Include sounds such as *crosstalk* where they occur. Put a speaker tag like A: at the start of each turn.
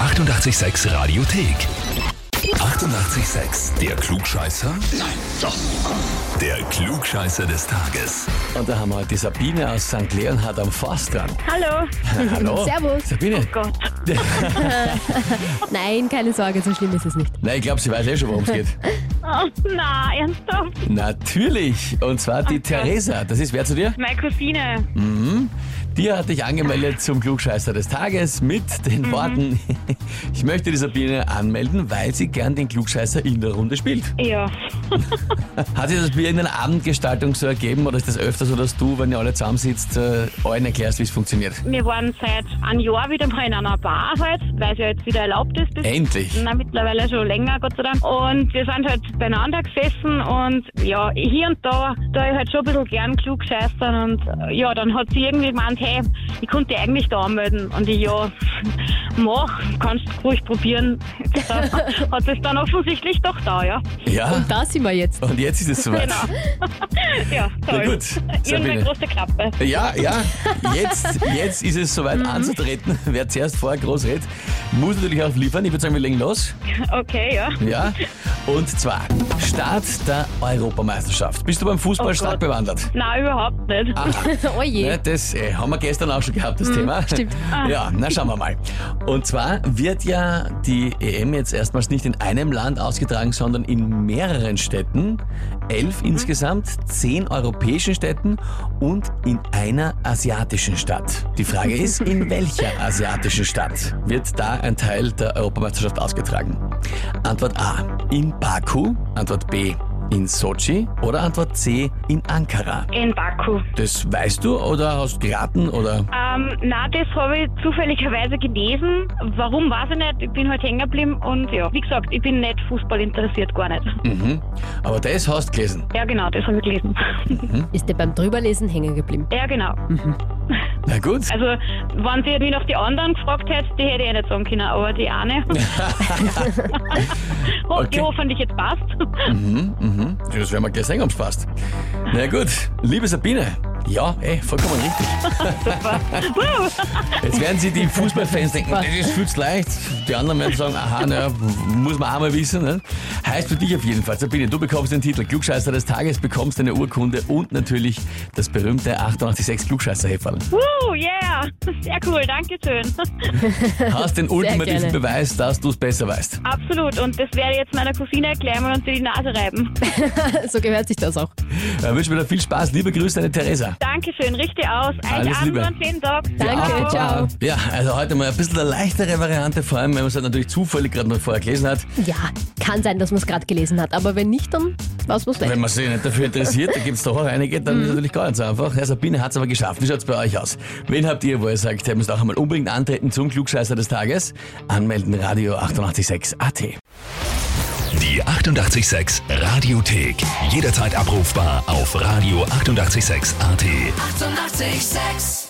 A: 886 Radiothek. 88,6. Der Klugscheißer? Nein, doch. Der Klugscheißer des Tages.
B: Und da haben wir heute die Sabine aus St. Leonhard am Forst dran.
C: Hallo.
B: Hallo.
D: Servus.
B: Sabine.
C: Gott.
D: Nein, keine Sorge, so schlimm ist es nicht.
B: Nein, ich glaube, sie weiß eh schon, worum es geht.
C: Oh, na, ernsthaft?
B: Natürlich. Und zwar die Theresa. Das ist wer zu dir?
C: Meine Cousine.
B: Die hat dich angemeldet zum Klugscheißer des Tages mit den Worten, *laughs* ich möchte die Sabine anmelden, weil sie gern den Klugscheißer in der Runde spielt.
C: *laughs* Ja.
B: Hat sich das bei irgendeiner Abendgestaltung so ergeben oder ist das öfter so, dass du, wenn ihr alle zusammensitzt, äh, allen erklärst, wie es funktioniert?
C: Wir waren seit einem Jahr wieder mal in einer Bar halt, weil es ja jetzt wieder erlaubt ist. Bis
B: Endlich.
C: na, mittlerweile schon länger, Gott sei Dank. Und wir sind halt beieinander gesessen und ja, hier und da, da ich halt schon ein bisschen gern klug scheißern und äh, ja, dann hat sie irgendwie gemeint, hey, ich konnte eigentlich da anmelden. Und ich, ja, mach, kannst ruhig probieren. *laughs* Da hat es dann offensichtlich doch da, ja.
B: Ja.
D: Und da sind wir
B: *laughs*
D: jetzt.
B: Und jetzt ist es soweit.
C: Genau. *laughs* ja, toll.
B: Na gut, Sabine.
C: Irgendeine große Klappe.
B: Ja, ja, jetzt, jetzt ist es soweit
C: Mhm.
B: anzutreten. Wer zuerst vorher groß redet, muss natürlich auch liefern. Ich würde sagen, wir legen los.
C: Okay, ja.
B: Ja. Und zwar Start der Europameisterschaft. Bist du beim Fußball
C: Oh
B: stark
C: Gott.
B: bewandert?
C: Nein, überhaupt nicht.
D: oh je. Mhm,
B: Ne, das äh, haben wir gestern auch schon gehabt, das Thema.
D: stimmt. Ah.
B: Ja, na schauen wir mal. Und zwar wird ja die EM jetzt erstmals nicht in einem Land ausgetragen, sondern in mehreren Städten. Elf
D: Mhm.
B: insgesamt, zehn europäischen Städten und in einer asiatischen Stadt. Die Frage ist,
D: *laughs*
B: in welcher asiatischen Stadt wird da ein Teil der Europameisterschaft ausgetragen? Antwort A, in Baku. Antwort B, in Sochi. Oder Antwort C, in Ankara.
C: In Baku.
B: Das weißt du oder hast geraten oder?
C: Ähm, na, das habe ich zufälligerweise gelesen. Warum, weiß ich nicht. Ich bin halt hängen geblieben und ja, wie gesagt, ich bin nicht Fußball interessiert, gar nicht.
B: Mhm. Aber das hast gelesen.
C: Ja, genau, das habe ich gelesen.
B: Hm.
D: Ist der beim Drüberlesen hängen geblieben?
C: ja, genau.
B: Na gut.
C: Also, wenn sie mich noch die anderen gefragt hätte, die hätte ich nicht sagen können, aber
B: *laughs*
C: die eine. Ho
B: Okay.
C: Die hoffentlich jetzt passt. *laughs*
B: Mhm, mhm. Ja, Das werden wir gleich sehen, ob's passt. Na gut, liebe Sabine. Ja, ey, vollkommen richtig. *laughs*
C: Wow.
B: Jetzt werden Sie die Fußballfans denken, das ist viel zu leicht. Die anderen werden sagen, aha, na, ja, muss man auch mal wissen. Ne? Heißt für dich auf jeden Fall, Sabine, du bekommst den Titel Klugscheißer des Tages, bekommst eine Urkunde und natürlich das berühmte 886 klugscheißer *laughs* -Häferl.
C: Woo, yeah. Sehr cool, danke schön.
B: Hast den ultimativen
D: gerne.
B: Beweis, dass du es besser weißt.
C: Absolut. Und das werde ich jetzt meiner Cousine erklären und sie die Nase reiben.
D: so gehört sich das auch.
B: Äh, wünsche mir da viel Spaß. Liebe Grüße, deine Theresa.
C: Dankeschön, richtig aus. Einen
B: Alles
C: Abend
B: Liebe.
C: und schönen Tag.
D: Danke,
B: Ja,
D: ciao.
B: Ja, also heute mal ein bisschen eine leichtere Variante, vor allem wenn man es halt natürlich zufällig gerade mal vorher gelesen hat.
D: Ja, kann sein, dass man es gerade gelesen hat, aber wenn nicht, dann war es was
B: Wenn
D: leicht.
B: man sich nicht dafür interessiert, da gibt es doch auch einige, dann
D: Mhm.
B: ist es natürlich gar nicht so einfach. Herr Sabine hat es aber geschafft. Wie schaut es bei euch aus? Wen habt ihr, wo ihr sagt, ihr müsst auch einmal unbedingt antreten zum Klugscheißer des Tages? Anmelden Radio 886 AT.
A: Die 88,6 Radiothek. Jederzeit abrufbar auf radio886.at. 88,6.
E: Eighty-eight, sex.